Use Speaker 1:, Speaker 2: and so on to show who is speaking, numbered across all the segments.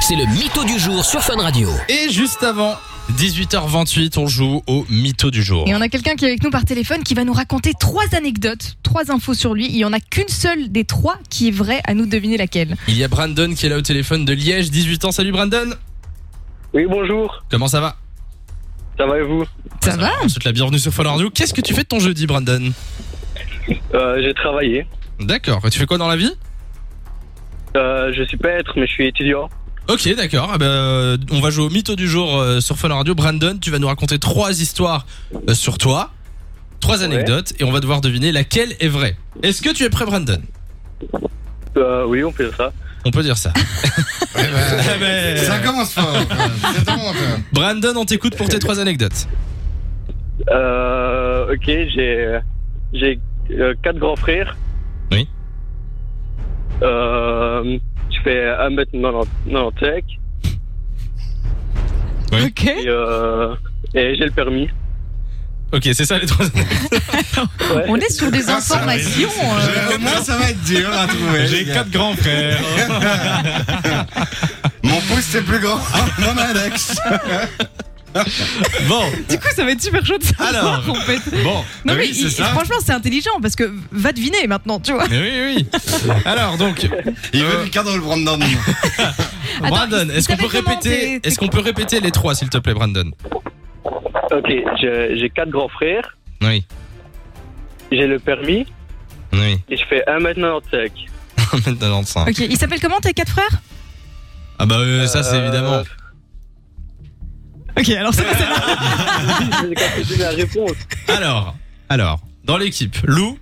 Speaker 1: C'est le mytho du jour sur Fun Radio.
Speaker 2: Et juste avant, 18h28, on joue au mytho du jour.
Speaker 3: Et on a quelqu'un qui est avec nous par téléphone qui va nous raconter trois anecdotes, trois infos sur lui. Il y en a qu'une seule des trois qui est vraie. À nous de deviner laquelle.
Speaker 2: Il y a Brandon qui est là au téléphone de Liège, 18 ans. Salut Brandon
Speaker 4: Oui, bonjour.
Speaker 2: Comment ça va
Speaker 4: Ça va et vous
Speaker 3: Ça, va
Speaker 2: On te souhaite la bienvenue sur Fun Radio. Qu'est-ce que tu fais de ton jeudi, Brandon
Speaker 4: Euh, J'ai travaillé.
Speaker 2: D'accord. Et tu fais quoi dans la vie
Speaker 4: Euh, je suis peintre, mais je suis étudiant.
Speaker 2: Ok, d'accord. Eh ben, euh, on va jouer au mytho du jour euh, sur Fun Radio. Brandon, tu vas nous raconter trois histoires euh, sur toi, trois anecdotes, et on va devoir deviner laquelle est vraie. Est-ce que tu es prêt, Brandon
Speaker 4: Euh, oui, on peut dire ça.
Speaker 2: On peut dire ça.
Speaker 5: Ouais, bah,
Speaker 2: Eh ben,
Speaker 5: Ça commence fort. euh, C'est bon, quoi.
Speaker 2: Brandon, on t'écoute pour tes trois anecdotes.
Speaker 4: Euh, ok, j'ai j'ai euh, quatre grands frères.
Speaker 2: Oui.
Speaker 4: Euh, je fais 1m95
Speaker 2: Oui.
Speaker 3: Ok.
Speaker 4: et, euh, et j'ai le permis.
Speaker 2: Ok, c'est ça les trois anecdotes.
Speaker 4: Ouais.
Speaker 3: On est sur des
Speaker 5: Ah, ça va,
Speaker 3: informations. euh,
Speaker 5: Je- Moi, ça va être dur à trouver. les gars.
Speaker 2: grands frères.
Speaker 5: Mon pouce, c'est plus grand. Ah, Mon index.
Speaker 2: Bon,
Speaker 3: Du coup, ça va être super chaud de savoir
Speaker 2: Alors.
Speaker 3: en fait.
Speaker 2: bon.
Speaker 3: Non
Speaker 2: Bah
Speaker 3: mais
Speaker 2: oui,
Speaker 3: il-
Speaker 2: c'est ça.
Speaker 3: franchement, c'est intelligent parce que va deviner maintenant, tu vois.
Speaker 2: Mais oui, oui. Alors donc,
Speaker 5: Il
Speaker 2: Euh.
Speaker 5: veut du cadre, le Brandon.
Speaker 3: Attends,
Speaker 2: Brandon,
Speaker 3: il-
Speaker 2: est-ce qu'on
Speaker 3: il
Speaker 2: peut
Speaker 3: s'appelle comment,
Speaker 2: répéter,
Speaker 3: t'es-
Speaker 2: est-ce qu'on peut répéter les trois, s'il te plaît, Brandon
Speaker 4: Ok, j'ai j'ai quatre grands frères,
Speaker 2: Oui,
Speaker 4: j'ai le permis
Speaker 2: oui.
Speaker 4: et je fais 1m95.
Speaker 2: Maintenant, ça.
Speaker 3: Ok. Il s'appelle comment tes quatre frères
Speaker 2: Ah bah euh, ça, c'est
Speaker 4: Euh,
Speaker 2: évidemment.
Speaker 3: Ok. Alors c'est pas celle-là.
Speaker 4: Euh, J'ai quand même la réponse.
Speaker 2: Alors, alors, dans l'équipe, Lou,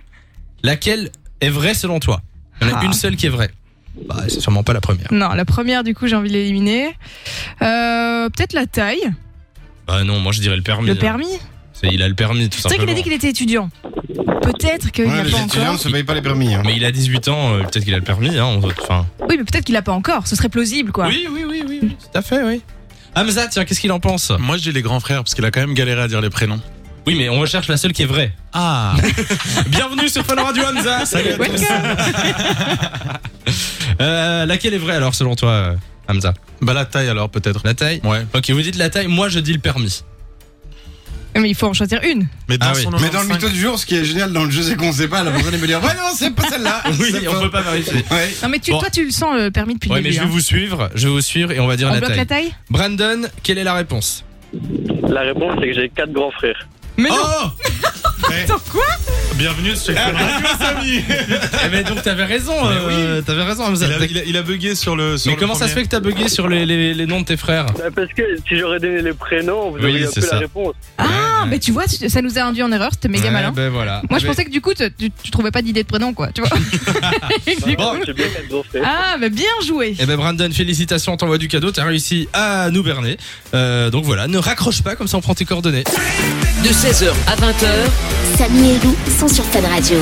Speaker 2: laquelle est vraie selon toi Il y en a
Speaker 3: Ah.
Speaker 2: une seule qui est vraie. Bah, c'est sûrement pas la première.
Speaker 3: Non, la première du coup, j'ai envie de l'éliminer. Euh, Peut-être la taille,
Speaker 2: Bah non, moi je dirais le permis.
Speaker 3: le
Speaker 2: hein.
Speaker 3: permis.
Speaker 2: C'est- Il a le permis, tout
Speaker 3: C'est vrai
Speaker 2: simplement.
Speaker 3: qu'il a dit qu'il était étudiant. Peut-être qu'il
Speaker 5: Ouais,
Speaker 3: n'a
Speaker 5: les
Speaker 3: pas
Speaker 5: étudiants
Speaker 3: encore.
Speaker 5: ne se payent pas les permis. hein.
Speaker 2: Mais il a 18 ans, euh, peut-être qu'il a le permis, hein. on- Enfin.
Speaker 3: Oui, mais peut-être qu'il n'a pas encore. Ce serait plausible, quoi.
Speaker 2: Oui, oui, oui, oui, oui, tout à fait, oui. Hamza, tiens, qu'est-ce qu'il en pense
Speaker 6: Moi, j'ai les grands frères parce qu'il a quand même galéré à dire les prénoms.
Speaker 2: Oui, mais on recherche la seule qui est vraie.
Speaker 6: Ah
Speaker 2: Bienvenue sur Fun Radio Hamza. Salut à tous. Euh, laquelle est vraie alors selon toi, euh, Hamza
Speaker 6: Bah la taille alors peut-être.
Speaker 2: La taille
Speaker 6: Ouais.
Speaker 2: Ok, vous dites la taille, moi je dis le permis.
Speaker 3: Mais il faut en choisir une.
Speaker 6: Mais dans
Speaker 2: Ah oui.
Speaker 6: son
Speaker 5: Mais dans le
Speaker 6: 95,
Speaker 5: mytho du jour, ce qui est génial dans le jeu, c'est qu'on ne sait pas. La personne elle peut dire Ouais, non, c'est pas celle-là. C'est pas-
Speaker 2: pas vérifier.
Speaker 5: Ouais.
Speaker 3: Non, mais tu,
Speaker 2: Bon.
Speaker 3: toi, tu le sens le permis depuis
Speaker 2: Ouais,
Speaker 3: le
Speaker 2: mais
Speaker 3: début.
Speaker 2: je vais
Speaker 3: hein.
Speaker 2: vous suivre, je vais vous suivre et on va dire
Speaker 3: On
Speaker 2: la
Speaker 3: bloque
Speaker 2: taille.
Speaker 3: la taille
Speaker 2: Brandon, quelle est la réponse
Speaker 4: La réponse, c'est que j'ai quatre grands frères.
Speaker 3: Mais non
Speaker 2: Oh
Speaker 3: Attends, quoi
Speaker 6: Bienvenue sur Fun Radio.
Speaker 2: Eh Mais donc t'avais raison, euh, t'avais raison Hamza.
Speaker 6: il, a,
Speaker 2: T'as-
Speaker 6: il, a, il a bugué sur le. Sur
Speaker 2: Mais
Speaker 6: le
Speaker 2: comment ça se
Speaker 6: premier.
Speaker 2: fait que t'as bugué sur les, les- les noms de tes frères
Speaker 4: Bah, Parce que si j'aurais donné les prénoms, vous
Speaker 2: Oui,
Speaker 4: auriez un
Speaker 2: c'est
Speaker 4: peu
Speaker 2: ça.
Speaker 4: la réponse.
Speaker 3: Ah, mais tu vois, tu- ça nous a induit en erreur. C'était méga
Speaker 2: Ouais,
Speaker 3: malin.
Speaker 2: Ben voilà.
Speaker 3: hein. Moi, je
Speaker 2: Mais-
Speaker 3: pensais que du coup, tu, tu- tu trouvais pas d'idée de prénom, quoi. Tu vois Et du
Speaker 2: Oh,
Speaker 4: Bon.
Speaker 3: coup-
Speaker 4: J'ai bien quatre grands frères.
Speaker 3: Ah, mais bien joué
Speaker 2: Eh ben Brandon, félicitations, on t'envoie du cadeau, t'as réussi à nous berner. Euh, donc voilà, ne raccroche pas, comme ça on prend tes coordonnées.
Speaker 1: De 16h à 20h,
Speaker 7: Samy et Lou sont sur Fan Radio.